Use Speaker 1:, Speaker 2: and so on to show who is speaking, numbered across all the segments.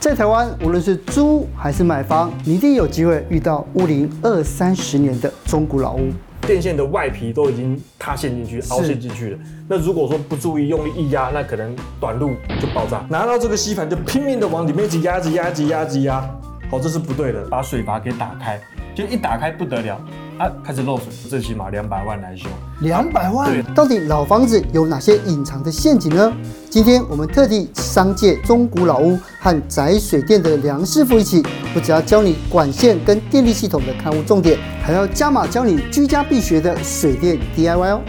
Speaker 1: 在台湾，无论是租还是买房，你一定有机会遇到屋龄二三十年的中古老屋。
Speaker 2: 电线的外皮都已经塌陷进去、凹陷进去了。那如果说不注意用力一压，那可能短路就爆炸。拿到这个吸盘就拼命的往里面一直压、一直压、一直压、一直压，好，这是不对的。把水阀给打开，就一打开不得了，啊，开始漏水，最起码两百万来修。
Speaker 1: 两百
Speaker 2: 对
Speaker 1: 万，到底老房子有哪些隐藏的陷阱呢？今天我们特地商界中古老屋和宅水电的梁师傅一起，不只要教你管线跟电力系统的看屋重点，还要加码教你居家必学的水电 DIY 哦。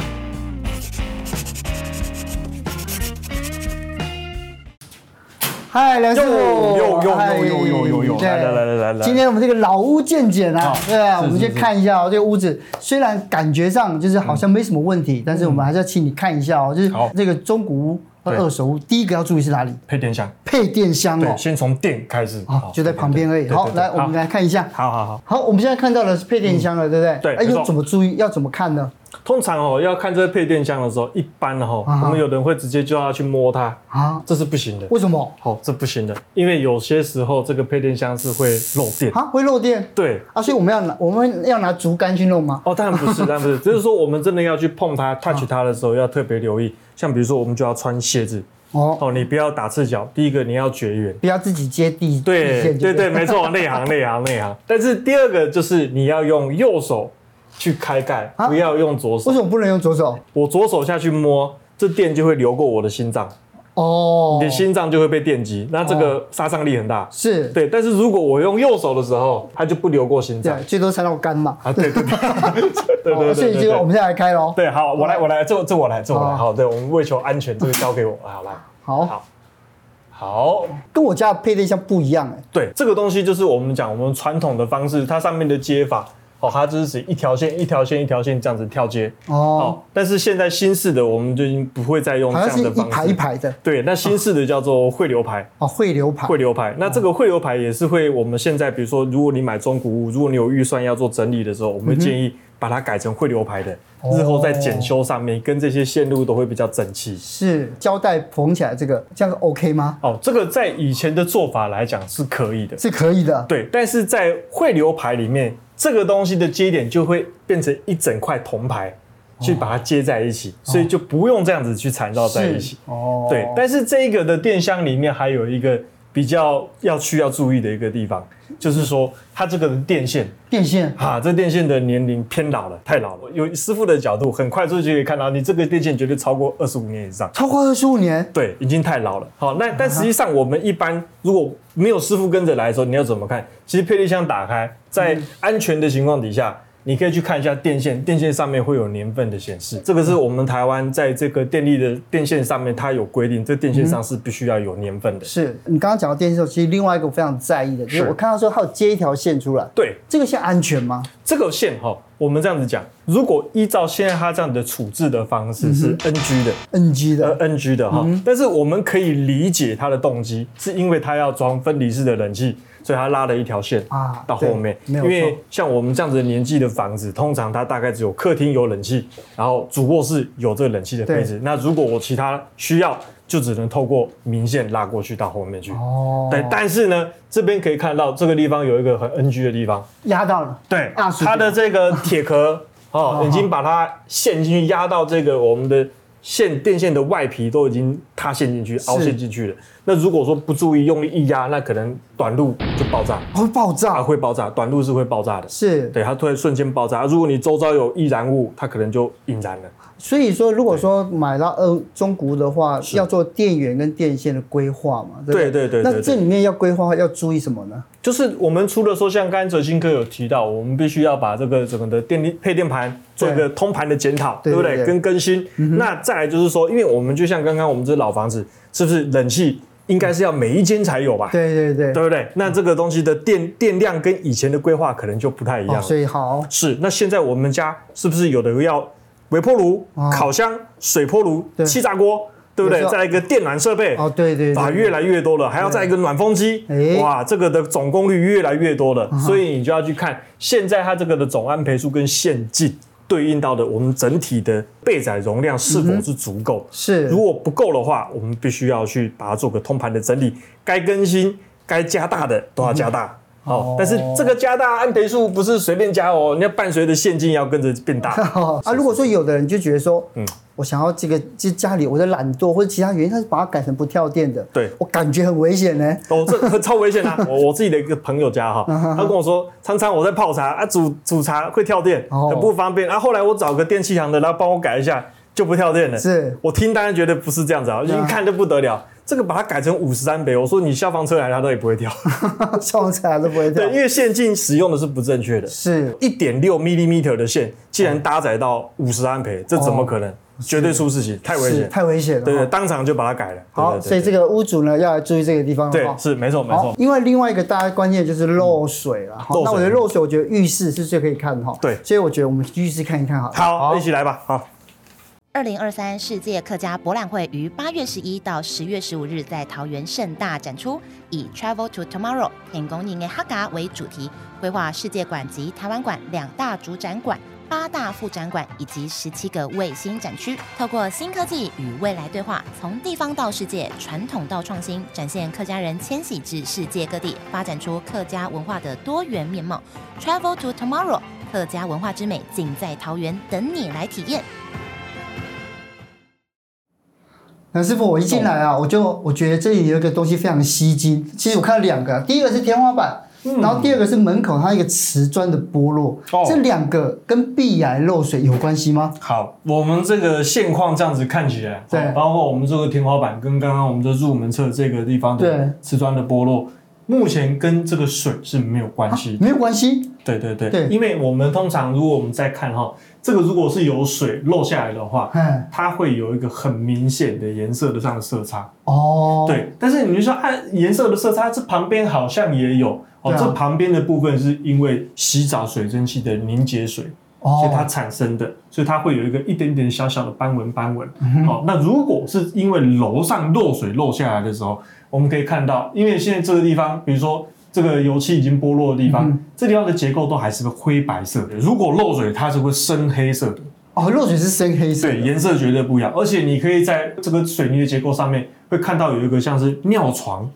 Speaker 1: 嗨，梁师傅，
Speaker 2: 呦呦呦呦呦呦呦
Speaker 1: 嗨
Speaker 2: 来来来来来来
Speaker 1: 今天我们这个老屋见解啊，对啊，我们先看一下哦，这个屋子虽然感觉上就是好像没什么问题，但是我们还是要请你看一下哦，就是
Speaker 2: 好
Speaker 1: 这个中古屋和
Speaker 2: 对
Speaker 1: 二手屋，第一个要注意是哪里？
Speaker 2: 配电箱，
Speaker 1: 配电箱
Speaker 2: 对，
Speaker 1: 哦，
Speaker 2: 先从电开始，
Speaker 1: 啊，就在旁边而已。好，来我们，来看一下。
Speaker 2: 好好好。
Speaker 1: 好，我们现在看到的是配电箱了，对不对？
Speaker 2: 对
Speaker 1: 哎，
Speaker 2: 没错
Speaker 1: 要怎么注意？要怎么看呢？
Speaker 2: 通常哦，要看这个配电箱的时候，一般哦，
Speaker 1: 啊哈
Speaker 2: 我们有人会直接就要去摸它，
Speaker 1: 啊，
Speaker 2: 这是不行的。
Speaker 1: 为什么？
Speaker 2: 好，哦这不行的，因为有些时候这个配电箱是会漏电。
Speaker 1: 啊，会漏电
Speaker 2: 对，
Speaker 1: 啊，所以我们要拿我们要拿竹竿去弄吗？
Speaker 2: 哦，当然不是，当然不是，只是说我们真的要去碰它、touch
Speaker 1: 啊
Speaker 2: 它的时候要特别留意。像比如说，我们就要穿鞋子
Speaker 1: 哦，
Speaker 2: 哦，你不要打赤脚。第一个，你要绝缘。
Speaker 1: 不要自己接地地
Speaker 2: 对
Speaker 1: 线就
Speaker 2: 对对，没错，内行内行内行。但是第二个就是你要用右手去开盖，
Speaker 1: 啊
Speaker 2: 不要用左手
Speaker 1: 为。什么不能用左手？
Speaker 2: 我左手下去摸，这电就会流过我的心脏，
Speaker 1: 哦
Speaker 2: 你，的心脏就会被电击，那这个杀伤力很大。
Speaker 1: 是，
Speaker 2: 对，但是如果我用右手的时候，它就不流过心脏
Speaker 1: 对，最多才到干嘛。
Speaker 2: 啊。对对对对
Speaker 1: 哦
Speaker 2: 对
Speaker 1: 所
Speaker 2: 对
Speaker 1: 以
Speaker 2: 对
Speaker 1: 就我
Speaker 2: 对。
Speaker 1: 们现哦在来开喽。
Speaker 2: 对，好，我来，我来，这这我来，这我来。
Speaker 1: 好
Speaker 2: 好，对，我们为求安全，这个交给我。好来，
Speaker 1: 好，
Speaker 2: 好，好，
Speaker 1: 跟我家的配电箱不一样哎。
Speaker 2: 对，这个东西就是我们讲我们传统的方式，它上面的接法，哦，它就是指一条线、一条线、一条线这样子跳接。
Speaker 1: 哦，
Speaker 2: 哦，但是现在新式的我们就已经不会再用这
Speaker 1: 好像
Speaker 2: 样
Speaker 1: 是
Speaker 2: 的
Speaker 1: 一
Speaker 2: 方式。
Speaker 1: 排一排的
Speaker 2: 对，那新式的叫做汇流牌，
Speaker 1: 哦，汇流牌
Speaker 2: 汇流牌。那这个汇流牌也是会，我们现在比如说，如果你买中古屋，如果你有预算要做整理的时候，我们会建议把它改成汇流牌的，
Speaker 1: 哦
Speaker 2: 日后在检修上面跟这些线路都会比较整齐。
Speaker 1: 是胶带缝起来这个，这样 OK 吗？
Speaker 2: 哦，这个在以前的做法来讲是可以的，
Speaker 1: 是可以的。
Speaker 2: 对，但是在汇流牌里面，这个东西的接点就会变成一整块铜牌，去把它接在一起，所以就不用这样子去缠绕在一起
Speaker 1: 是。哦，
Speaker 2: 对，但是这个的电箱里面还有一个比较要需要注意的一个地方，就是说它这个的电线
Speaker 1: 电线
Speaker 2: 啊，这电线的年龄偏老了，太老了。有师傅的角度，很快速就可以看到，你这个电线绝对超过二十五年以上。
Speaker 1: 超过二十五年，
Speaker 2: 对，已经太老了。好，那但实际上我们一般如果没有师傅跟着来的时候，你要怎么看？其实配电箱打开，在安全的情况底下，你可以去看一下电线，电线上面会有年份的显示。这个是我们台湾在这个电力的电线上面，它有规定，这电线上是必须要有年份的。
Speaker 1: 是你刚刚讲到电线的时候，其实另外一个我非常在意的，就是
Speaker 2: 是
Speaker 1: 我看到说还有接一条线出来，
Speaker 2: 对，
Speaker 1: 这个线安全吗？
Speaker 2: 这个线哈，我们这样子讲，如果依照现在它这样的处置的方式是 NG 的，
Speaker 1: NG
Speaker 2: 呃
Speaker 1: 的
Speaker 2: NG 的
Speaker 1: 嗯
Speaker 2: 哈，但是我们可以理解它的动机，是因为它要装分离式的冷气，所以它拉了一条线
Speaker 1: 啊
Speaker 2: 到后面。
Speaker 1: 对没有
Speaker 2: 因
Speaker 1: 错
Speaker 2: 为像我们这样子的年纪的房子，通常它大概只有客厅有冷气，然后主卧室有这个冷气的配置。那如果我其他需要，就只能透过明线拉过去到后面去。
Speaker 1: 哦，
Speaker 2: 对，但是呢，这边可以看到这个地方有一个很 NG 的地方，
Speaker 1: 压到了，
Speaker 2: 对
Speaker 1: 二十，
Speaker 2: 它的这个铁壳哦，已经把它陷进去，压到这个我们的线电线的外皮都已经塌陷进去、凹陷进去了。那如果说不注意用力一压，那可能短路就爆炸
Speaker 1: 会爆
Speaker 2: 啊，
Speaker 1: 炸，
Speaker 2: 会爆炸，短路是会爆炸的。
Speaker 1: 是
Speaker 2: 对，它会瞬间爆炸。如果你周遭有易燃物，它可能就引燃了。
Speaker 1: 所以说，如果说买到呃中古的话，要做电源跟电线的规划嘛，不
Speaker 2: 对对对对
Speaker 1: 那这里面要规划要注意什么呢？
Speaker 2: 就是我们除了说像刚才哲新哥有提到，我们必须要把这个整个的电力配电盘做一个通盘的检讨，
Speaker 1: 对
Speaker 2: 对不对？
Speaker 1: 对对
Speaker 2: 跟更新。那再来就是说，因为我们就像刚刚我们这老房子，是不是冷气应该是要每一间才有吧？
Speaker 1: 对对对，
Speaker 2: 对不对？那这个东西的电电量跟以前的规划可能就不太一样
Speaker 1: 哦，
Speaker 2: 了。
Speaker 1: 所以好
Speaker 2: 是，那现在我们家是不是有的要微波炉、
Speaker 1: 哦
Speaker 2: 烤箱、水波炉
Speaker 1: 对、
Speaker 2: 气炸锅，对不对
Speaker 1: 有时？候
Speaker 2: 再来一个电暖设备，
Speaker 1: 哦，对对
Speaker 2: 啊，
Speaker 1: 对，
Speaker 2: 越来越多了，还要再一个暖风机
Speaker 1: 哎，
Speaker 2: 哇，这个的总功率越来越多了，所以你就要去看现在它这个的总安培数跟线径对应到的我们整体的备载容量是否是足够。
Speaker 1: 是
Speaker 2: 如果不够的话，我们必须要去把它做个通盘的整理，该更新该加大的都要加
Speaker 1: 嗯
Speaker 2: 大。哦，但是这个加大按赔数不是随便加哦，你要伴随着现金也要跟着变大。
Speaker 1: 啊，如果说有的人就觉得说，嗯，我想要这个，就家里我的懒惰或者其他原因，他是把它改成不跳电的，
Speaker 2: 对
Speaker 1: 我感觉很危险呢。
Speaker 2: 哦，这这超危险啊！我我自己的一个朋友家
Speaker 1: 嗯
Speaker 2: 哈，他跟我说，常常我在泡茶啊，煮煮茶会跳电，
Speaker 1: 哦
Speaker 2: 很不方便。啊，后来我找个电器行的，然后帮我改一下，就不跳电了。
Speaker 1: 是嗯
Speaker 2: 我听当然觉得不是这样子啊，一看就不得了。这个把它改成五十三倍，我说你消防车来，它都也不会跳。
Speaker 1: 笑起来都不会跳
Speaker 2: 对，，因为线径使用的是不正确的，
Speaker 1: 是哦
Speaker 2: 一点六 millimeter 的线竟然搭载到五十安培，这怎么可能？绝对出事情，太危
Speaker 1: 是
Speaker 2: 险。
Speaker 1: 太危险了。
Speaker 2: 对对，
Speaker 1: 哦
Speaker 2: 当场就把它改了。
Speaker 1: 好，
Speaker 2: 对对
Speaker 1: 所以这个屋主呢要来注意这个地方了。
Speaker 2: 对
Speaker 1: 哦
Speaker 2: 对是没错没
Speaker 1: 好
Speaker 2: 错，。
Speaker 1: 因为另外一个大家关键就是漏水了。哈
Speaker 2: 漏水
Speaker 1: 那我觉得漏水，我觉得浴室是最可以看的哈。
Speaker 2: 对
Speaker 1: 所以我觉得我们去浴室看一看好了。
Speaker 2: 好，一起来吧。好，
Speaker 3: 二零二三世界客家博览会于八月十一到十月十五日在桃园盛大展出，以 “Travel to Tomorrow” 天公宁的哈嘎为主题，规划世界馆及台湾馆两大主展馆、八大副展馆以及十七个卫星展区，透过新科技与未来对话，从地方到世界，传统到创新，展现客家人迁徙至世界各地，发展出客家文化的多元面貌。“Travel to Tomorrow” 客家文化之美尽在桃园，等你来体验。
Speaker 1: 梁师傅，我一进来
Speaker 2: 嗯
Speaker 1: 啊，我就我觉得这里有一个东西非常吸睛。其实我看了两个，第一个是天花板，然后第二个是门口它一个瓷砖的剥落。
Speaker 2: 嗯哦
Speaker 1: 这两个跟壁癌漏水有关系吗？
Speaker 2: 好，我们这个现况这样子看起来，
Speaker 1: 对
Speaker 2: 哦包括我们这个天花板跟刚刚我们的入门侧这个地方
Speaker 1: 对
Speaker 2: 的瓷砖的剥落，目前跟这个水是没有关系。
Speaker 1: 啊没有关系。
Speaker 2: 对对对，
Speaker 1: 对
Speaker 2: 因为我们通常如果我们在看哈，这个如果是有水漏下来的话，
Speaker 1: 哎，
Speaker 2: 它会有一个很明显的颜色的上的色差。
Speaker 1: 哦，，
Speaker 2: 对，但是你就说啊，颜色的色差，这旁边好像也有
Speaker 1: 对
Speaker 2: 哦，
Speaker 1: 啊
Speaker 2: 这旁边的部分是因为洗澡水蒸气的凝结水。所以它
Speaker 1: 哦，
Speaker 2: 产生的，所以它会有一个一点点小小的斑纹斑纹。
Speaker 1: 嗯
Speaker 2: 哦，那如果是因为楼上漏水漏下来的时候，我们可以看到，因为现在这个地方，比如说这个油漆已经剥落的地
Speaker 1: 嗯
Speaker 2: 方，这地方的结构都还是个灰白色的。如果漏水，它是会深黑色的，
Speaker 1: 哦，漏水是深黑色的。
Speaker 2: 对，颜色绝对不一样。而且你可以在这个水泥的结构上面会看到有一个像是尿床。哦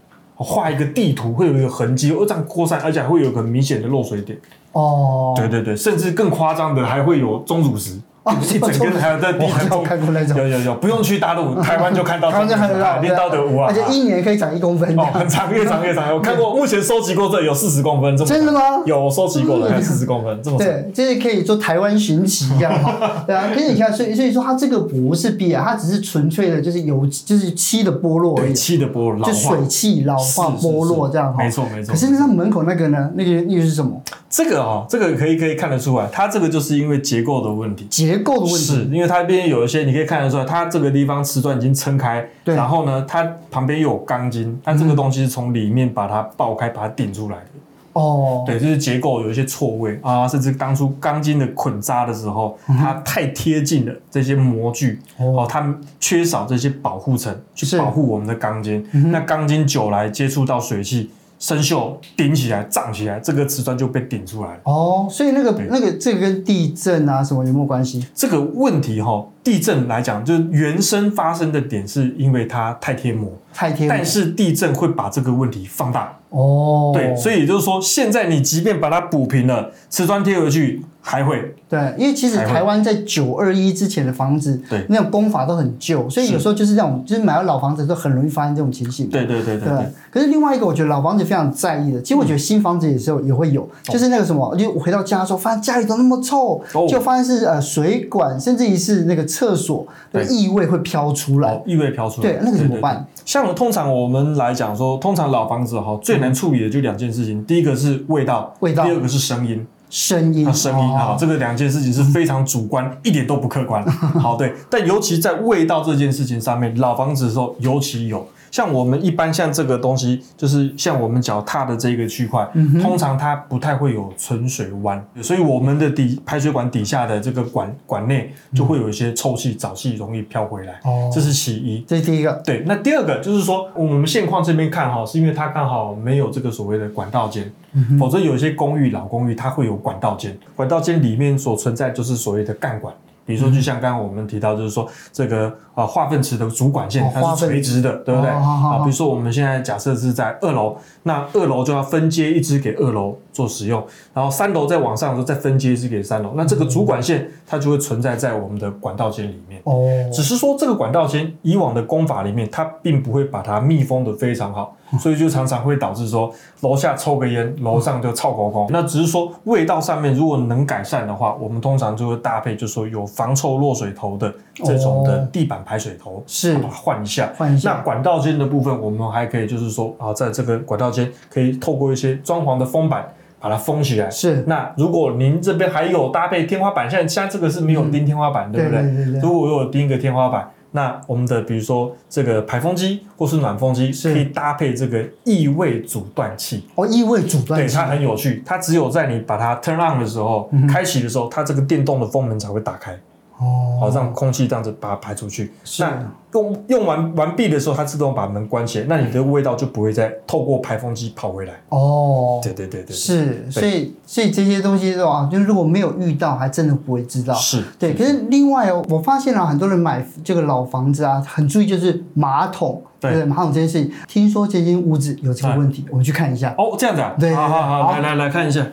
Speaker 2: 画一个地图会有一个痕迹，会这样扩散，而且还会有一个很明显的漏水点。
Speaker 1: 哦，
Speaker 2: 对对对，甚至更夸张的还会有钟乳石，
Speaker 1: 哦
Speaker 2: 一整根还有在地
Speaker 1: 我好
Speaker 2: 上
Speaker 1: 像有看过那种
Speaker 2: 有有有，不用去大陆，台湾就看 到
Speaker 1: 台湾
Speaker 2: 钟乳
Speaker 1: 就
Speaker 2: 石
Speaker 1: 很
Speaker 2: 了，
Speaker 1: 老，
Speaker 2: 连到的五啊
Speaker 1: 而，且一啊年可以长一公分。
Speaker 2: 哦，很长越长越长，我看过，目前收集过这有四十公分，这么
Speaker 1: 真的吗
Speaker 2: 有我收集过的，还有四十公分，这么长。
Speaker 1: 对，就是可以做台湾寻奇这样 哈，对啊，可是你看，所以所以说它这个不是壁癌，它只是纯粹的，就是油就是漆的剥落而
Speaker 2: 对
Speaker 1: 已，
Speaker 2: 气的波老
Speaker 1: 就
Speaker 2: 化
Speaker 1: 水，汽老化
Speaker 2: 是是是
Speaker 1: 剥落这样哈。
Speaker 2: 没错没错
Speaker 1: 可是那门口那个呢？那个又是什么？
Speaker 2: 这个哦，这个可以可以看得出来，它这个就是因为结构的问题。
Speaker 1: 结构的问
Speaker 2: 是
Speaker 1: 题。
Speaker 2: 因为它边边有一些，你可以看得出来，它这个地方瓷砖已经撑开，
Speaker 1: 对
Speaker 2: 然后呢，它旁边又有钢筋，它这个东西是从里面把它爆开，把它顶出来的。
Speaker 1: 哦，
Speaker 2: 对，就是结构有一些错位啊，甚至当初钢筋的捆扎的时候，它太贴近了这些模具，
Speaker 1: 嗯哦
Speaker 2: 哦，它缺少这些保护层去
Speaker 1: 是嗯
Speaker 2: 保护我们的钢筋。那钢筋久来接触到水汽，生锈顶起来、胀起来，这个瓷砖就被顶出来了。
Speaker 1: 哦，所以那个
Speaker 2: 对
Speaker 1: 那个这个跟地震啊什么有没有关系？
Speaker 2: 这个问题哈、地震来讲，就是原生发生的点是因为它太贴膜，
Speaker 1: 太贴
Speaker 2: 但是地震会把这个问题放大。
Speaker 1: 哦，
Speaker 2: 对，所
Speaker 1: 以
Speaker 2: 以也就是说，现在你即便把它补平了，瓷砖贴回去还会
Speaker 1: 对，因为其实
Speaker 2: 还会
Speaker 1: 台湾在九二一之前的房子，
Speaker 2: 对
Speaker 1: 那种工法都很旧，所以有时候就是这种，就是买到老房子都很容易发生这种情形。
Speaker 2: 对对对对
Speaker 1: 对啊
Speaker 2: 对，，
Speaker 1: 可是另外一个，我觉得老房子非常在意的，其实我觉得新房子也是有也会有，就是那个什么，就我回到家的时候，发现家里都那么臭，
Speaker 2: 哦
Speaker 1: 就发现是呃水管，甚至于是那个厕所的
Speaker 2: 对
Speaker 1: 异味会飘出来
Speaker 2: 哦，，异味飘出来，
Speaker 1: 对那个怎么办
Speaker 2: 对？对对像通常我们来讲说，通常老房子哈最难处理的就两件事情，第一个是味道，
Speaker 1: 味道
Speaker 2: 第二个是声音。
Speaker 1: 声音，
Speaker 2: 啊，声音啊，
Speaker 1: 哦
Speaker 2: 这个两件事情是非常主观，一点都不客 观。好，对，但尤其在味道这件事情上面，老房子的时候尤其有。像我们一般像这个东西，就是像我们脚踏的这个区块，
Speaker 1: 嗯
Speaker 2: 通常它不太会有存水弯，所以我们的底排水管底下的这个管管内就会有一些臭气、沼气容易飘回来，
Speaker 1: 哦
Speaker 2: 这是其一。
Speaker 1: 这是第一个，
Speaker 2: 对，那第二个就是说，我们现况这边看哈，是因为它刚好没有这个所谓的管道间，
Speaker 1: 嗯
Speaker 2: 否则有一些公寓、老公寓它会有管道间，管道间里面所存在就是所谓的干管。
Speaker 1: 嗯
Speaker 2: 比如说，就像刚刚我们提到，就是说这个啊化粪池的主管线
Speaker 1: 哦
Speaker 2: 它
Speaker 1: 化
Speaker 2: 是
Speaker 1: 粪
Speaker 2: 垂直的，对不对？
Speaker 1: 哦好好
Speaker 2: 啊
Speaker 1: 好，
Speaker 2: 比如说我们现在假设是在二楼，那二楼就要分接一支给二楼做使用，然后三楼再往上的时候再分接一支给三楼，那这个
Speaker 1: 嗯
Speaker 2: 主管线它就会存在在我们的管道间里面。
Speaker 1: 哦，
Speaker 2: 只是说这个管道间以往的工法里面，它并不会把它密封的非常好，
Speaker 1: 嗯
Speaker 2: 所以就常常会导致说楼下抽个烟，楼上就臭狗狗。
Speaker 1: 嗯
Speaker 2: 那只是说味道上面如果能改善的话，我们通常就会搭配，就说有防臭落水头的这种的
Speaker 1: 哦
Speaker 2: 地板排水头，
Speaker 1: 是
Speaker 2: 把它换一下。
Speaker 1: 换一
Speaker 2: 那
Speaker 1: 下，
Speaker 2: 管道间的部分，我们还可以就是说啊，在这个管道间可以透过一些装潢的封板把它封起来，
Speaker 1: 是
Speaker 2: 那如果您这边还有搭配天花板，现在现在这个是没有钉天花板，对不
Speaker 1: 对对对对
Speaker 2: 如果我有钉一个天花板，那我们的比如说这个排风机或是暖风机，
Speaker 1: 是
Speaker 2: 可以搭配这个异味阻断器。
Speaker 1: 哦，异味阻断
Speaker 2: 对，
Speaker 1: 器，嗯
Speaker 2: 它很有趣，它只有在你把它 turn on 的时候，开启的时候，它这个电动的风门才会打开，好、
Speaker 1: 哦，
Speaker 2: 让空气这样子把它排出去。
Speaker 1: 是啊
Speaker 2: 那用用完完毕的时候，它自动把门关起来，那你的味道就不会再透过排风机跑回来。
Speaker 1: 哦，
Speaker 2: 对对对对，
Speaker 1: 是，所以所以这些东西的话，就是如果没有遇到，还真的不会知道。
Speaker 2: 是
Speaker 1: 对，可是另外哦，我发现了、很多人买这个老房子啊，很注意就是马桶，
Speaker 2: 对
Speaker 1: 不马桶这件事情。听说这间屋子有这个问题，我们去看一下。
Speaker 2: 哦，这样子啊，
Speaker 1: 对
Speaker 2: 好好好，
Speaker 1: 好
Speaker 2: 来来来看一下。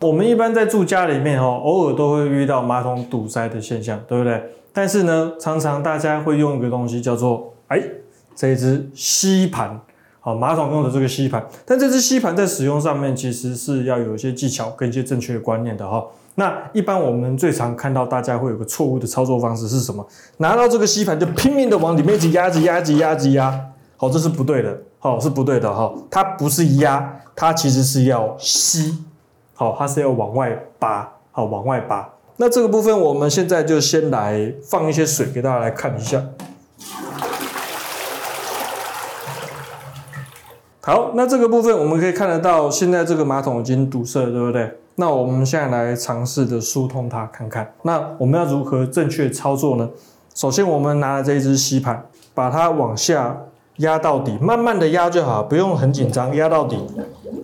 Speaker 2: 我们一般在住家里面哦，偶尔都会遇到马桶堵塞的现象，对不对？但是呢，常常大家会用一个东西叫做哎，这一只吸盘，好，马桶用的这个吸盘。但这只吸盘在使用上面其实是要有一些技巧跟一些正确的观念的哈、那一般我们最常看到大家会有个错误的操作方式是什么？拿到这个吸盘就拼命的往里面一直压、一直压、一直压、一直压，好，这是不对的，好、是不对的哈、它不是压，它其实是要吸，好、它是要往外拔，好、往外拔。那这个部分我们现在就先来放一些水给大家来看一下。好，那这个部分我们可以看得到，现在这个马桶已经堵塞了，对不对？那我们现在来尝试的疏通它看看。那我们要如何正确操作呢？首先，我们拿了这一只吸盘，把它往下压到底，慢慢的压就好，不用很紧张，压到底，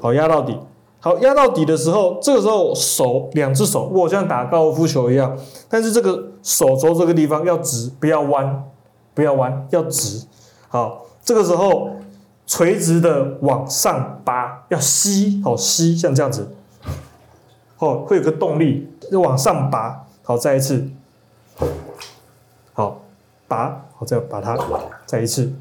Speaker 2: 好，压到底。好，压到底的时候，这个时候手两只手握，像打高尔夫球一样，但是这个手肘这个地方要直，不要弯，不要弯，要直。好，这个时候垂直的往上拔，要吸，好吸，像这样子，哦，会有个动力，就往上拔，好，再一次，好，拔，好，再把它，再一次，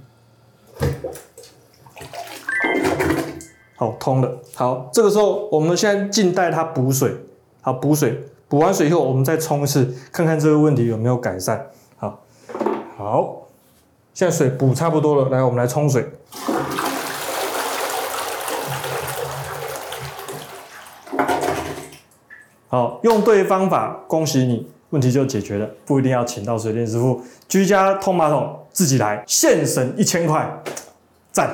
Speaker 2: 好，通了，好，这个时候我们现在静待它补水，好，补水，补完水以后我们再冲一次，看看这个问题有没有改善，好，好，现在水补差不多了，来，我们来冲水。好，用对方法，恭喜你，问题就解决了，不一定要请到水电师傅，居家通马桶自己来，现省一千块，赞！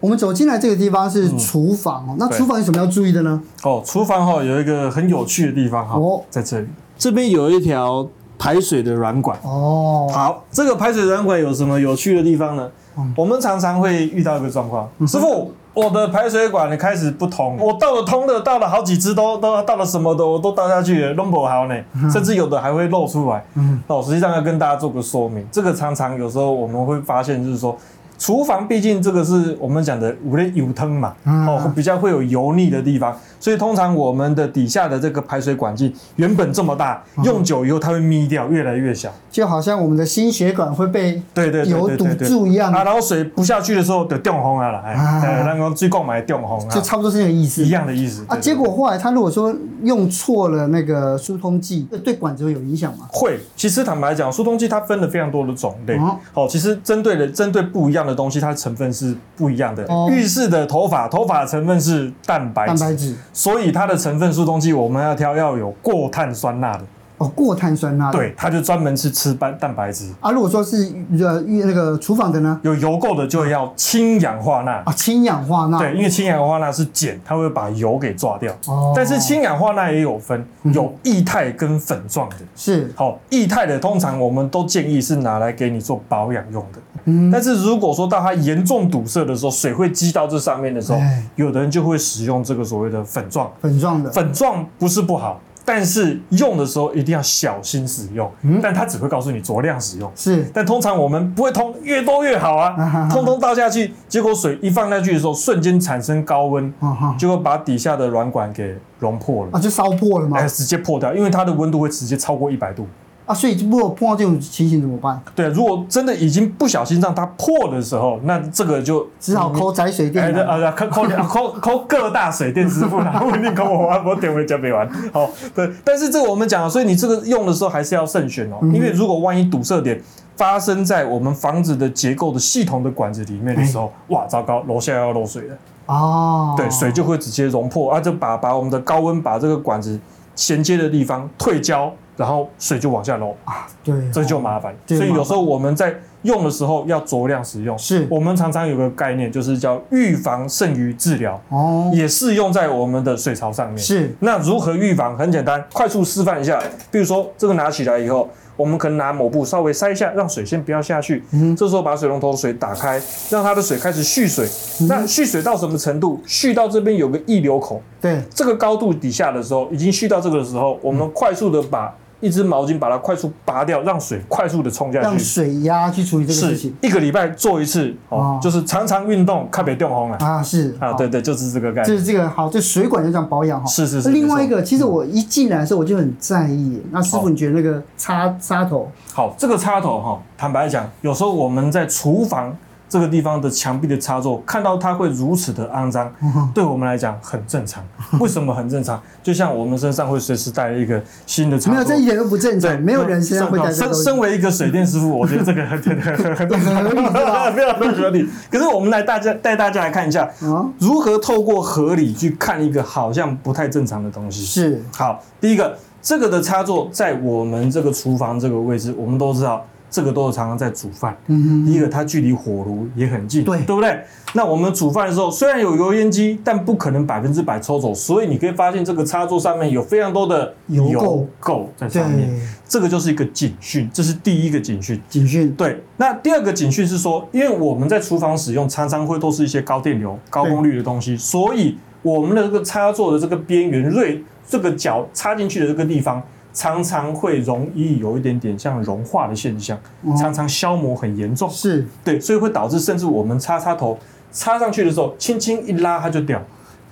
Speaker 1: 我们走进来这个地方是厨房哦，那
Speaker 2: 嗯对
Speaker 1: 厨房有什么要注意的呢？
Speaker 2: 哦，厨房哈、有一个很有趣的地方哈、
Speaker 1: 哦
Speaker 2: 在这里，这边有一条排水的软管。
Speaker 1: 哦，
Speaker 2: 好，这个排水软管有什么有趣的地方呢？我们常常会遇到一个状况，师傅，我的排水管开始不通，我倒了通的，倒了好几只都都倒了什么的，我都倒下去了，弄不好呢，甚至有的还会漏出来。
Speaker 1: 嗯
Speaker 2: 那我实际上要跟大家做个说明，这个常常有时候我们会发现，就是说。厨房毕竟这个是我们讲的五类油汤嘛，
Speaker 1: 嗯
Speaker 2: 哦，比较会有油腻的地方，所以通常我们的底下的这个排水管径原本这么大，
Speaker 1: 嗯
Speaker 2: 用久以后它会眯掉，越来越小。
Speaker 1: 就好像我们的心血管会被
Speaker 2: 对对对
Speaker 1: 有
Speaker 2: 对对
Speaker 1: 堵
Speaker 2: 对
Speaker 1: 住一样，
Speaker 2: 啊，然后水不下去的时候就中风啊了，哎，
Speaker 1: 啊
Speaker 2: 哎咱讲最购买中风
Speaker 1: 就
Speaker 2: 啊，
Speaker 1: 差不多是那个意思
Speaker 2: 一。样的意思
Speaker 1: 啊，
Speaker 2: 对对
Speaker 1: 结果后来他如果说用错了那个疏通剂，对管子会有影响吗？
Speaker 2: 会，其实坦白讲，疏通剂它分了非常多的种类。
Speaker 1: 哦
Speaker 2: 好、其实针对的针对不一样的东西，它成分是不一样的。
Speaker 1: 哦
Speaker 2: 浴室的头发，头发的成分是蛋白
Speaker 1: 蛋
Speaker 2: 质，
Speaker 1: 白质
Speaker 2: 所以它的成分疏通剂我们要挑要有过碳酸钠的，
Speaker 1: 哦，过碳酸钠的。
Speaker 2: 对，它就专门是吃蛋蛋白质。
Speaker 1: 啊，如果说是呃那个厨房的呢，
Speaker 2: 有油垢的就要氢氧化钠，
Speaker 1: 啊，氢氧化钠。
Speaker 2: 对，因为氢氧化钠是碱，它会把油给抓掉。
Speaker 1: 哦嗯
Speaker 2: 但是氢氧化钠也有分，有液态跟粉状的。
Speaker 1: 是
Speaker 2: 好，液态的通常我们都建议是拿来给你做保养用的。
Speaker 1: 嗯
Speaker 2: 但是如果说到它严重堵塞的时候，水会积到这上面的时候
Speaker 1: 哎，
Speaker 2: 有的人就会使用这个所谓的粉状。
Speaker 1: 粉状的，
Speaker 2: 粉状不是不好，但是用的时候一定要小心使用，
Speaker 1: 嗯
Speaker 2: 但它只会告诉你酌量使用。
Speaker 1: 是
Speaker 2: 但通常我们不会通，越多越好
Speaker 1: 啊哈
Speaker 2: 啊
Speaker 1: 哈，
Speaker 2: 通通倒下去，结果水一放下去的时候，瞬间产生高温，
Speaker 1: 啊哈
Speaker 2: 就会把底下的软管给融破了，
Speaker 1: 啊，就烧破了嘛
Speaker 2: 哎，直接破掉，因为它的温度会直接超过一百度。
Speaker 1: 啊，所以如果碰到这种情形怎么办？
Speaker 2: 对，啊如果真的已经不小心让它破的时候，那这个就
Speaker 1: 只好抠窄水
Speaker 2: 哎，
Speaker 1: 电
Speaker 2: 对
Speaker 1: 了。
Speaker 2: 啊， 抠抠抠抠各大水电师傅啦，不一定抠我啊，我点回家没完。 好，对，但是这个我们讲了，所以你这个用的时候还是要慎选哦，因为如果万一堵塞点发生在我们房子的结构的系统的管子里面的时候，哇，糟糕，楼下要漏水了，
Speaker 1: 哦，
Speaker 2: 对，水就会直接融破啊，就把把我们的高温把这个管子衔接的地方退焦，然后水就往下漏。
Speaker 1: 啊，对，
Speaker 2: 这就麻烦。
Speaker 1: 这
Speaker 2: 所
Speaker 1: 就
Speaker 2: 以
Speaker 1: 麻
Speaker 2: 有
Speaker 1: 烦
Speaker 2: 时候我们在用的时候要酌量使用。
Speaker 1: 是
Speaker 2: 我们常常有个概念，就是叫预防胜于治疗，
Speaker 1: 哦，
Speaker 2: 也适用在我们的水槽上面。
Speaker 1: 是
Speaker 2: 那如何预防？很简单，快速示范一下。比如说这个拿起来以后，我们可能拿抹布稍微塞一下，让水先不要下去。
Speaker 1: 嗯
Speaker 2: 这时候把水龙头的水打开，让它的水开始蓄水。
Speaker 1: 嗯
Speaker 2: 那蓄水到什么程度？蓄到这边有个溢流口，
Speaker 1: 对，
Speaker 2: 这个高度底下的时候，已经蓄到这个的时候，我们快速的把一只毛巾把它快速拔掉，让水快速的冲下
Speaker 1: 让
Speaker 2: 去。
Speaker 1: 水压去处理这个事
Speaker 2: 是
Speaker 1: 情
Speaker 2: 一个礼拜做一次哦
Speaker 1: 哦，
Speaker 2: 就是常常运动，看别掉红了
Speaker 1: 啊，是好
Speaker 2: 啊，对对，就是这个概
Speaker 1: 这
Speaker 2: 念。
Speaker 1: 是这个好，这水管就这样保养哈。
Speaker 2: 是是是
Speaker 1: 另外一
Speaker 2: 没
Speaker 1: 个，其实我一进来的时候我就很在意，那师傅
Speaker 2: 好
Speaker 1: 你觉得那个插插头
Speaker 2: 好，这个插头哈，坦白讲，有时候我们在厨房这个地方的墙壁的插座，看到它会如此的肮脏，
Speaker 1: 嗯
Speaker 2: 对我们来讲很正常。为什么很正常？就像我们身上会随时带一个新的插座，
Speaker 1: 没有，这一点都不正
Speaker 2: 对，
Speaker 1: 常，没有人身上会带这个
Speaker 2: 身
Speaker 1: 东西
Speaker 2: 身为一个水电师傅，我觉得这个很很很 很
Speaker 1: 合理是 吧
Speaker 2: 非常的合理。可是我们来大家带大家来看一下，
Speaker 1: 啊，
Speaker 2: 如何透过合理去看一个好像不太正常的东西。
Speaker 1: 是
Speaker 2: 好，第一个，这个的插座在我们这个厨房这个位置，我们都知道。这个都是常常在煮饭，
Speaker 1: 嗯
Speaker 2: 第一个它距离火炉也很近，
Speaker 1: 对
Speaker 2: 对不对？那我们煮饭的时候，虽然有油烟机，但不可能百分之百抽走，所以你可以发现这个插座上面有非常多的
Speaker 1: 油垢
Speaker 2: 垢在上面。
Speaker 1: 对，
Speaker 2: 这个就是一个警讯，这是第一个警讯。
Speaker 1: 警讯
Speaker 2: 对，那第二个警讯是说，因为我们在厨房使用常常会都是一些高电流、高功率的东西，所以我们的这个插座的这个边缘锐这个角插进去的这个地方，常常会容易有一点点像融化的现象，常常消磨很严重。
Speaker 1: 是
Speaker 2: 对，所以会导致甚至我们插插头插上去的时候，轻轻一拉它就掉，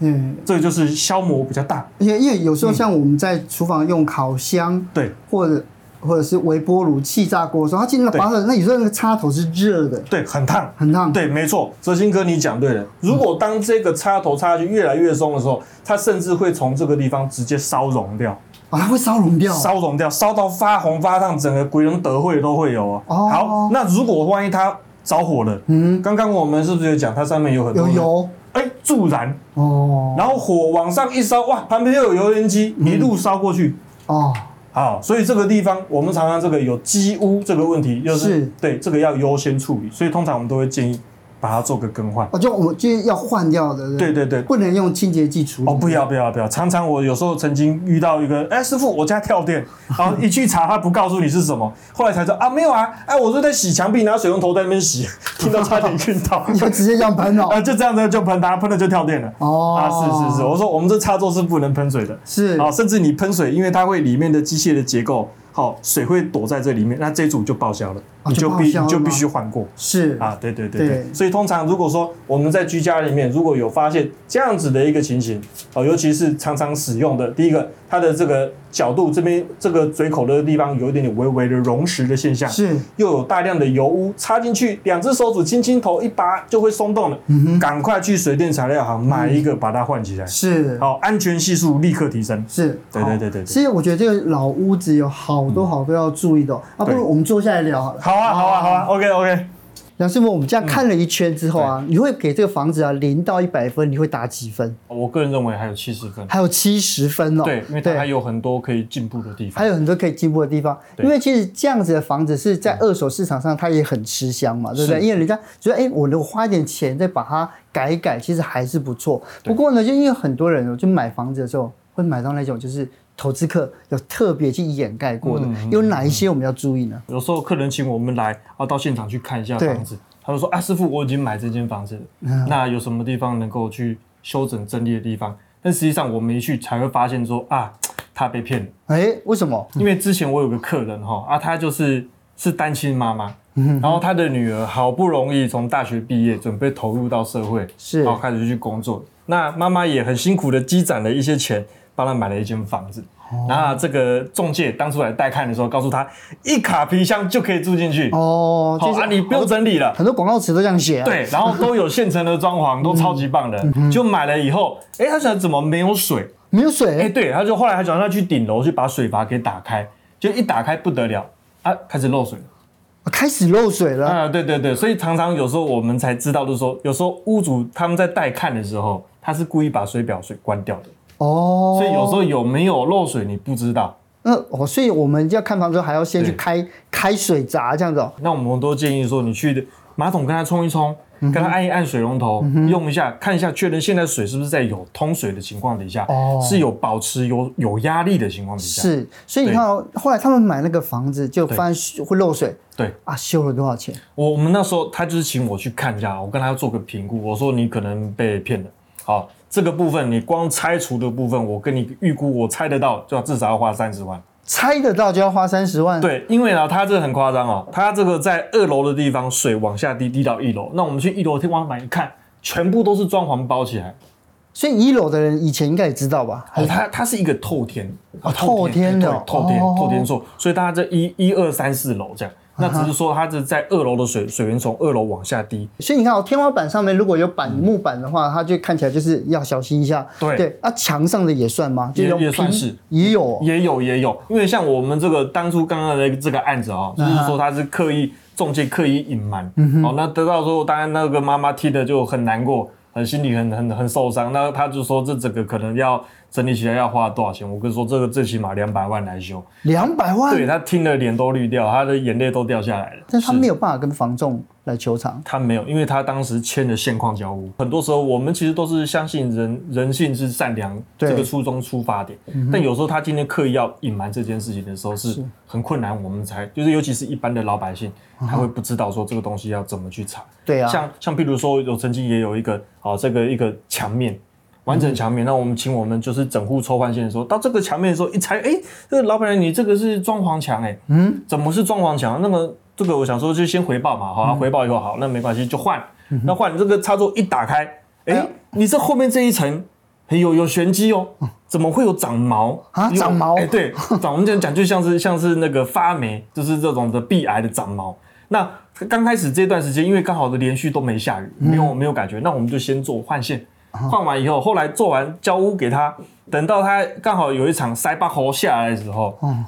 Speaker 1: 嗯。
Speaker 2: 这个就是消磨比较大。
Speaker 1: 因为因为有时候
Speaker 2: 嗯
Speaker 1: 像我们在厨房用烤箱
Speaker 2: 对
Speaker 1: 或者或者是微波炉、气炸锅的时候，它进了拔出来，那有时候那个插头是热的，
Speaker 2: 对，很烫。
Speaker 1: 很烫。，
Speaker 2: 对，没错，哲兴哥，你讲对了。如果当这个插头插下去越来越松的时候，它甚至会从这个地方直接烧融掉，
Speaker 1: 啊，它会烧融掉。
Speaker 2: 烧融掉，烧到发红发烫，整个鬼人得会都会有哦。
Speaker 1: 哦
Speaker 2: 好，那如果万一它着火了，
Speaker 1: 嗯，
Speaker 2: 刚刚我们是不是有讲它上面有很多
Speaker 1: 有
Speaker 2: 的？
Speaker 1: 油
Speaker 2: 哎，助燃，
Speaker 1: 哦
Speaker 2: 然后火往上一烧，哇，旁边又有油烟机，
Speaker 1: 嗯
Speaker 2: 一路烧过去。
Speaker 1: 哦，
Speaker 2: 好，所以这个地方我们常常这个有积污这个问题，就是
Speaker 1: 是
Speaker 2: 对这个要优先处理，所以通常我们都会建议把它做个更换。
Speaker 1: 哦，就我们就是要换掉的，
Speaker 2: 对对对，
Speaker 1: 不能用清洁剂处理。
Speaker 2: 哦，不要不要不要！常常我有时候曾经遇到一个，哎，师傅，我家跳电，然后一去查，他不告诉你是什么，后来才知道啊，没有啊，哎，我就在洗墙壁，拿水龙头在那边洗，听到差点晕 倒，
Speaker 1: 就 直接这样喷哦。
Speaker 2: 啊，就这样子就喷，它喷了就跳电了。
Speaker 1: 哦，
Speaker 2: 啊，是是是，我说我们这插座是不能喷水的，
Speaker 1: 是
Speaker 2: 啊，甚至你喷水，因为它会里面的机械的结构，好、水会躲在这里面，那这组就报销了，
Speaker 1: 啊
Speaker 2: 你就
Speaker 1: 就报
Speaker 2: 必
Speaker 1: 销了
Speaker 2: 你就必
Speaker 1: 吗
Speaker 2: 须换过。
Speaker 1: 是
Speaker 2: 啊，对对对对，
Speaker 1: 对
Speaker 2: 所以通常如果说我们在居家里面如果有发现这样子的一个情形，哦，尤其是常常使用的，第一个它的这个角度这边这个嘴口的地方有一点点微微的溶蚀的现象，
Speaker 1: 是
Speaker 2: 又有大量的油污插进去，两只手指轻轻头一拔就会松动了，赶快去水电材料行买一个把它换起来，
Speaker 1: 是
Speaker 2: 好、安全系数立刻提升。
Speaker 1: 是，
Speaker 2: 对
Speaker 1: 好
Speaker 2: 对对对对
Speaker 1: 其实我觉得这个老屋子有好多好多要注意的哦，啊，不
Speaker 2: 对
Speaker 1: 如我们坐下来聊好了。
Speaker 2: 好啊，好啊，好啊，OK OK。
Speaker 1: 梁师傅，我们这样看了一圈之后
Speaker 2: 嗯
Speaker 1: 啊，你会给这个房子啊零到一百分，你会打几分？
Speaker 2: 我个人认为还有七十分，
Speaker 1: 还有七十分哦。
Speaker 2: 哦对，因为它还有很多可以进步的地
Speaker 1: 还
Speaker 2: 方。
Speaker 1: 有很多可以进步的地方，因为其实这样子的房子是在二手市场上它也很吃香嘛，对不对？因为人家觉得，哎，我能花一点钱再把它改一改，其实还是不错。不过呢，就因为很多人哦，就买房子的时候会买到那种就是投资客有特别去掩盖过
Speaker 2: 嗯
Speaker 1: 的，有哪一些我们要注意呢？
Speaker 2: 有时候客人请我们来啊，到现场去看一下房子，他就说啊，师傅，我已经买这间房子了，那有什么地方能够去修整整理的地方？但实际上我们一去才会发现说啊，他被骗了，
Speaker 1: 哎，为什么？
Speaker 2: 因为之前我有个客人哈啊，他就是是单亲妈妈，
Speaker 1: 嗯
Speaker 2: 然后他的女儿好不容易从大学毕业，准备投入到社会，
Speaker 1: 是
Speaker 2: 然后开始去工作。那妈妈也很辛苦的积攒了一些钱，帮他买了一间房子。
Speaker 1: 哦
Speaker 2: 然后这个中介当初来带看的时候，告诉他一卡皮箱就可以住进去，
Speaker 1: 哦，
Speaker 2: 好
Speaker 1: 就是
Speaker 2: 啊，你不用整理了。
Speaker 1: 很多广告词都这样写啊。，
Speaker 2: 对，然后都有现成的装潢，都超级棒
Speaker 1: 嗯
Speaker 2: 的。就买了以后，哎，他想怎么没有水？
Speaker 1: 没有
Speaker 2: 哎、
Speaker 1: 水，
Speaker 2: 对，他就后来还叫他去顶楼去把水阀给打开，就一打开不得了啊，开始漏水了。
Speaker 1: 开始漏水了。
Speaker 2: 啊，对对对，所以常常有时候我们才知道，就是说，有时候屋主他们在带看的时候，他是故意把水表水关掉的，
Speaker 1: 哦，
Speaker 2: 所以有时候有没有漏水你不知道。
Speaker 1: 那哦，所以我们要看房之后还要先去
Speaker 2: 对
Speaker 1: 开开水闸这样子哦。
Speaker 2: 那我们都建议说，你去马桶跟他冲一冲，跟他按一按水龙
Speaker 1: 嗯
Speaker 2: 头，用一下，看一下，确认现在水是不是在有通水的情况底下，
Speaker 1: 哦
Speaker 2: 是有保持有有压力的情况底下。，
Speaker 1: 是，所以你看哦，后来他们买那个房子就发现会漏水
Speaker 2: 对。
Speaker 1: 啊，修了多少钱？
Speaker 2: 我我们那时候他就是请我去看一下，我跟他做个评估，我说你可能被骗了。好，这个部分你光拆除的部分，我跟你预估，我猜得到，就要至少要花三十万。
Speaker 1: 拆得到就要花三十万。，
Speaker 2: 对，因为呢，他这个很夸张哦，他这个在二楼的地方水往下滴，滴到一楼。那我们去一楼天花板一看，全部都是装潢包起来。
Speaker 1: 所以一楼的人以前应该也知道吧？
Speaker 2: 哦，它它是一个透天，
Speaker 1: 哎哦透天的
Speaker 2: 对透天
Speaker 1: 哦
Speaker 2: 透天厝，所以大家这一一二三四楼这样。那只是说它是在二楼的水水源从二楼往下滴，
Speaker 1: 所以你看哦，天花板上面如果有板木板的话，它就看起来就是要小心一下。
Speaker 2: 对
Speaker 1: 对，啊，墙上的也算吗？就
Speaker 2: 也
Speaker 1: 用
Speaker 2: 也算
Speaker 1: 皮
Speaker 2: 是
Speaker 1: 也有哦
Speaker 2: 也有也有，因为像我们这个当初刚刚的这个案子啊、哦，就是说他是刻意中介刻意隐瞒，哦，那得到之后，当然那个妈妈听的就很难过，很心里很很很受伤。那他就说这整个可能要整理起来要花多少钱？我跟你说这个最起码两百万来修，
Speaker 1: 两百万
Speaker 2: 对，他听了脸都绿掉，他的眼泪都掉下来了。
Speaker 1: 但啊是他没有办法跟房仲来求偿。
Speaker 2: 他没有，因为他当时签了现况交屋。很多时候，我们其实都是相信人人性是善良
Speaker 1: 对
Speaker 2: 这个初衷出发点，但有时候他今天刻意要隐瞒这件事情的时候，是很困难。我们才就是，尤其是一般的老百姓，他会不知道说这个东西要怎么去查。
Speaker 1: 对啊，
Speaker 2: 像像譬如说，有曾经也有一个啊，这个一个墙面。完整墙面，那我们请我们就是整户抽换线的时候，到这个墙面的时候一拆，哎、这个老板娘你这个是装潢墙哎、嗯，怎么是装潢墙？那么这个我想说就先回报嘛，
Speaker 1: 嗯
Speaker 2: 好、啊，回报以后好，那没关系就换，那换你这个插座一打开，哎、
Speaker 1: 哎呦
Speaker 2: 你这后面这一层哎有有玄机哦，怎么会有长毛
Speaker 1: 嗯啊
Speaker 2: 有
Speaker 1: 长毛
Speaker 2: 哎、对，长我们讲讲就像是 像是那个发霉，就是这种的壁癌的长毛。那刚开始这段时间，因为刚好的连续都没下雨，
Speaker 1: 嗯
Speaker 2: 没有没有感觉，那我们就先做换线，
Speaker 1: 啊
Speaker 2: 换完以后，后来做完交屋给他，等到他刚好有一场塞巴猴下来的时候，
Speaker 1: 嗯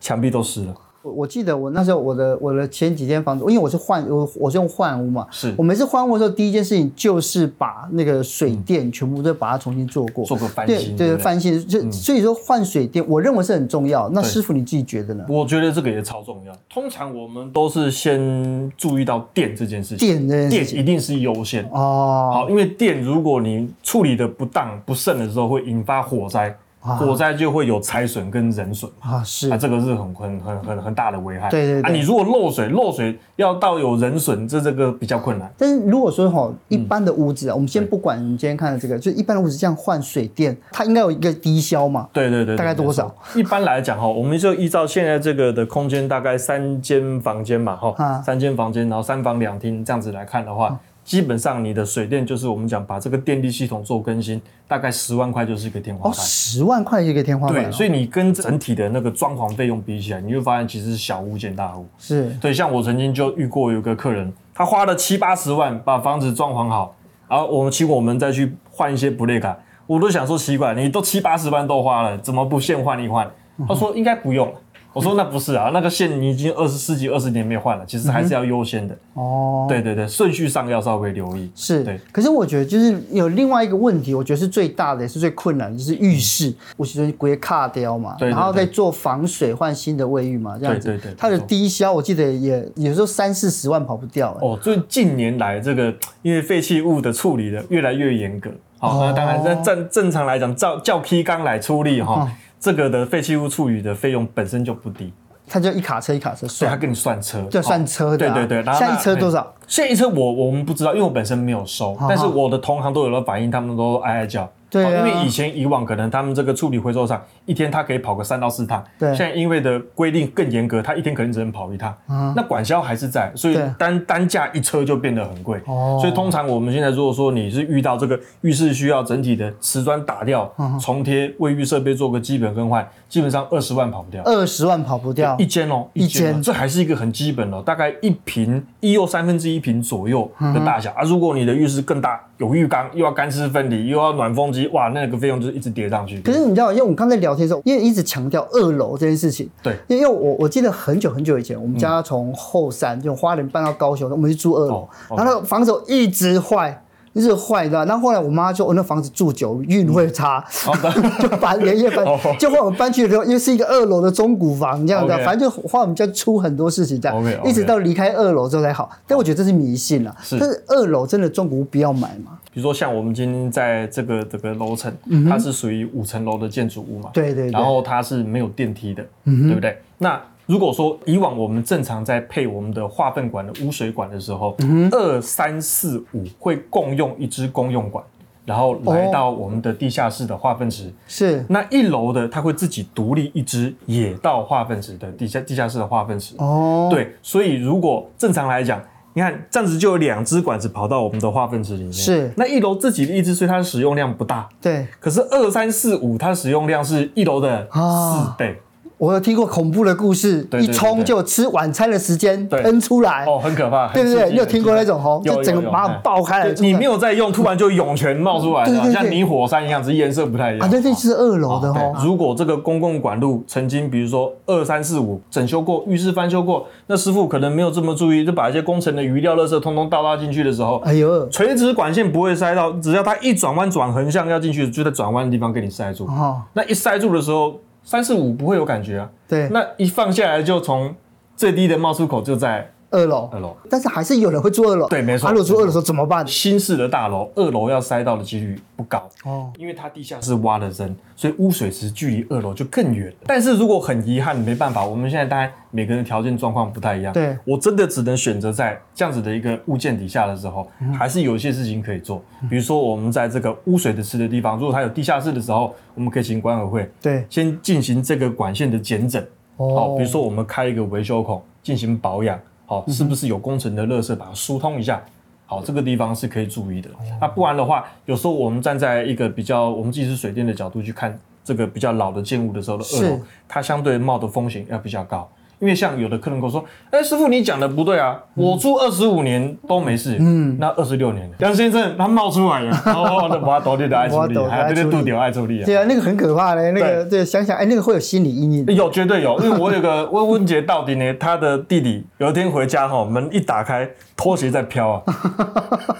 Speaker 2: 墙壁都湿了，
Speaker 1: 我我记得我那时候我的我的前几间房子，因为我是换我我是用换屋嘛，
Speaker 2: 是
Speaker 1: 我每次换屋的时候，第一件事情就是把那个水电全部都把它重新做过，
Speaker 2: 嗯做个翻
Speaker 1: 对
Speaker 2: 新，对
Speaker 1: 对
Speaker 2: 不对？嗯
Speaker 1: 翻新，就、所以说换水电，我认为是很重要。那师傅你自己觉得呢？
Speaker 2: 我觉得这个也超重要。通常我们都是先注意到电这件事情，
Speaker 1: 电这件事
Speaker 2: 电
Speaker 1: 情
Speaker 2: 一定是优先。
Speaker 1: 哦，
Speaker 2: 好，因为电如果你处理的不当、不慎的时候，会引发火灾，火灾就会有财损跟人损。
Speaker 1: 啊是
Speaker 2: 啊，这个是很很很很很大的危害。
Speaker 1: 对对对
Speaker 2: 啊，你如果漏水，漏水要到有人损，这这个比较困难。
Speaker 1: 但是如果说哈，一
Speaker 2: 嗯
Speaker 1: 般的屋子啊，我们先不管我们今天看的这个，就一般的屋子这样换水电，它应该有一个低消嘛？
Speaker 2: 对对对，
Speaker 1: 大概
Speaker 2: 对
Speaker 1: 多少？
Speaker 2: 没错一般来讲哈，我们就依照现在这个的空间，大概三间房间嘛
Speaker 1: 啊嗯
Speaker 2: 哈，三间房间，然后三房两厅这样子来看的话，基本上你的水电就是我们讲把这个电力系统做更新，大概十万块就是一个天花
Speaker 1: 哦，
Speaker 2: 板。
Speaker 1: 十万块一个天花板
Speaker 2: 对，
Speaker 1: 哦，
Speaker 2: 所以你跟整体的那个装潢费用比起来，你就发现其实是小巫见大巫。
Speaker 1: 是
Speaker 2: 对，像我曾经就遇过有个客人，他花了七八十万把房子装潢好，然后我们请我们再去换一些布雷卡，我都想说奇怪，你都七八十万都花了，怎么不现换一换？他说应该不用了。我说那不是啊，那个线你已经二十世纪二十年没换了，其实还是要优先的。
Speaker 1: 哦。
Speaker 2: 对对对，顺序上要稍微留意。
Speaker 1: 是
Speaker 2: 对，
Speaker 1: 可是我觉得就是有另外一个问题，我觉得是最大的也是最困难的，就是浴室，我其实规卡掉嘛，
Speaker 2: 嗯对对对
Speaker 1: 然后再做防水换新的卫浴嘛，这样子，
Speaker 2: 对对对
Speaker 1: 它的
Speaker 2: 没错
Speaker 1: 低消我记得也有时候三四十万跑不掉、欸
Speaker 2: 哦，最近年来这个因为废弃物的处理的越来越严格，好、
Speaker 1: 哦
Speaker 2: 那当然，那正正常来讲，照照 K 纲来处理
Speaker 1: 哦
Speaker 2: 哈、这个的废弃物处理的费用本身就不低，
Speaker 1: 它就一卡车一卡车
Speaker 2: 所以
Speaker 1: 算
Speaker 2: 他，给你算车，
Speaker 1: 就算
Speaker 2: 哦
Speaker 1: 车的啊、
Speaker 2: 啊对对对，然后
Speaker 1: 现在一
Speaker 2: 那
Speaker 1: 车多少？？
Speaker 2: 现在一车我我们不知道，因为我本身没有收，但是我的同行都有了反应，他们都哀哀叫。
Speaker 1: 对啊
Speaker 2: 因为以前以往可能他们这个处理回收厂一天它可以跑个三到四趟，
Speaker 1: 对
Speaker 2: 现在因为的规定更严格，它一天可能只能跑一趟。
Speaker 1: 啊
Speaker 2: 那管销还是在，所以
Speaker 1: 对
Speaker 2: 单单价一车就变得很贵。
Speaker 1: 哦
Speaker 2: 所以通常我们现在如果说你是遇到这个浴室需要整体的瓷砖打掉、
Speaker 1: 嗯
Speaker 2: 重贴、卫浴设备做个基本更换，基本上二十万跑不掉。
Speaker 1: 二十万跑不掉
Speaker 2: 一，间哦，
Speaker 1: 一
Speaker 2: 一
Speaker 1: 间
Speaker 2: 间哦，这还是一个很基本的哦，大概一平一又三分之一平左右
Speaker 1: 嗯
Speaker 2: 的大小啊。如果你的浴室更大，有浴缸，又要干湿分离，又要暖风机，哇，那个费用就是一直叠上去。
Speaker 1: 可是你知道，因为我们刚才聊天的时候，因为一直强调二楼这件事情，
Speaker 2: 对，
Speaker 1: 因为我我记得很久很久以前，我们家从后山就花莲搬到高雄，我们去住二楼
Speaker 2: 哦，，OK
Speaker 1: 然后那个房子一直坏。一直坏的，然后后来我妈就、哦、那房子住久运会差， 就搬连夜搬
Speaker 2: 哦，
Speaker 1: 就后来我们搬去的时候，因为是一个二楼的中古房这样的，
Speaker 2: OK
Speaker 1: 反正就花我们家出很多事情这样
Speaker 2: OK，OK
Speaker 1: 一直到离开二楼之后才好。但我觉得这是迷信了，
Speaker 2: 哦是
Speaker 1: 但是二楼真的中古屋不要买嘛？
Speaker 2: 比如说像我们今天在这个这个楼层，它是属于五层楼的建筑物嘛，
Speaker 1: 嗯对对对嗯
Speaker 2: 然后它是没有电梯的，对不对？那如果说以往我们正常在配我们的化粪管的污水管的时候，
Speaker 1: 嗯
Speaker 2: 二三四五会共用一支公用管，然后来
Speaker 1: 哦
Speaker 2: 到我们的地下室的化粪池。
Speaker 1: 是
Speaker 2: 那一楼的它会自己独立一支，也到化粪池的地下地下室的化粪池。
Speaker 1: 哦，
Speaker 2: 对，所以如果正常来讲，你看这样子就有两支管子跑到我们的化粪池里面。
Speaker 1: 是
Speaker 2: 那一楼自己的一支，所以它的使用量不大。
Speaker 1: 对，
Speaker 2: 可是二三四五，它使用量是一楼的
Speaker 1: 啊
Speaker 2: 四倍，
Speaker 1: 我有听过恐怖的故事，
Speaker 2: 对对
Speaker 1: 一
Speaker 2: 对
Speaker 1: 冲
Speaker 2: 对
Speaker 1: 就吃晚餐的时间
Speaker 2: 对
Speaker 1: 喷出来，
Speaker 2: 哦，很可怕。很
Speaker 1: 对对
Speaker 2: 刺
Speaker 1: 对，
Speaker 2: 激
Speaker 1: 你有听过那？种哦，
Speaker 2: 有
Speaker 1: 就整个
Speaker 2: 有有
Speaker 1: 把它爆开
Speaker 2: 很
Speaker 1: 来
Speaker 2: 刺激对，你没
Speaker 1: 有
Speaker 2: 有在用，突然就涌泉冒出来
Speaker 1: 对对对
Speaker 2: 了，像泥火山一样，只是颜色不太一样。
Speaker 1: 啊？那这是二楼的
Speaker 2: 对
Speaker 1: 哦，
Speaker 2: 如果这个公共管路曾经，比如说二三四五整修过，浴室翻修过，那师傅可能没有这么注意，就把一些工程的余料、垃圾通通倒拉进去的时候，
Speaker 1: 哎呦，
Speaker 2: 垂直管线不会塞到，只要它一转弯转横向要进去，就在转弯的地方给你塞住。
Speaker 1: 哦，
Speaker 2: 那一塞住的时候，三四五不会有感觉啊，
Speaker 1: 对，
Speaker 2: 那一放下来就从最低的冒出口就在
Speaker 1: 二楼
Speaker 2: 二，楼。
Speaker 1: 但是还是有人会住二楼，
Speaker 2: 嗯对没错
Speaker 1: 啊如果住二楼的时候怎么办？
Speaker 2: 新式的大楼，二楼要塞到的几率不高，
Speaker 1: 哦，
Speaker 2: 因为它地下室挖的深，所以污水池距离二楼就更远了。但是如果很遗憾，没办法，我们现在当然每个人条件状况不太一样，
Speaker 1: 对
Speaker 2: 我真的只能选择在这样子的一个物件底下的时候，还是有一些事情可以做。比如说我们在这个污水的池的地方，如果它有地下室的时候，我们可以请管委会
Speaker 1: 对，
Speaker 2: 先进行这个管线的检整，
Speaker 1: 哦
Speaker 2: 哦，比如说我们开一个维修孔进行保养，好、是不是有工程的垃圾把它疏通一下？好，这个地方是可以注意的。那不然的话，有时候我们站在一个比较我们技术水电的角度去看这个比较老的建物的时候的
Speaker 1: 是
Speaker 2: 二楼，它相对冒的风险要比较高。因为像有的客人跟我说，哎，师傅你讲的不对啊，我住二十五年都没事，嗯，那二十六年，杨先生他冒出来了，哦，那我头你的爱处 理，
Speaker 1: 我
Speaker 2: 还有那个度掉爱处理啊，
Speaker 1: 对啊，那个很可怕嘞，那个对，想想哎，那个会有心理阴影，
Speaker 2: 有，绝对有，因为我有 个温温杰到底呢，他的弟弟有一天回家哈，门一打开，拖鞋在 飘啊。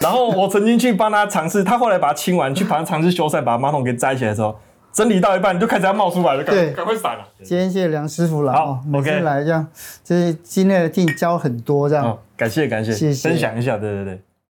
Speaker 2: 然后我曾经去帮他尝试，他后来把它清完，去帮他尝试修缮，把马桶给摘起来的时候，整理到一半就开始要冒出来了，赶
Speaker 1: 对
Speaker 2: 快赶快闪了、
Speaker 1: 今天谢谢梁师傅了，
Speaker 2: 好
Speaker 1: 哦每次
Speaker 2: OK
Speaker 1: 来这样，就是今天的听你教很多这样
Speaker 2: 哦，，感谢感谢，
Speaker 1: 谢谢
Speaker 2: 分享一下，对对对。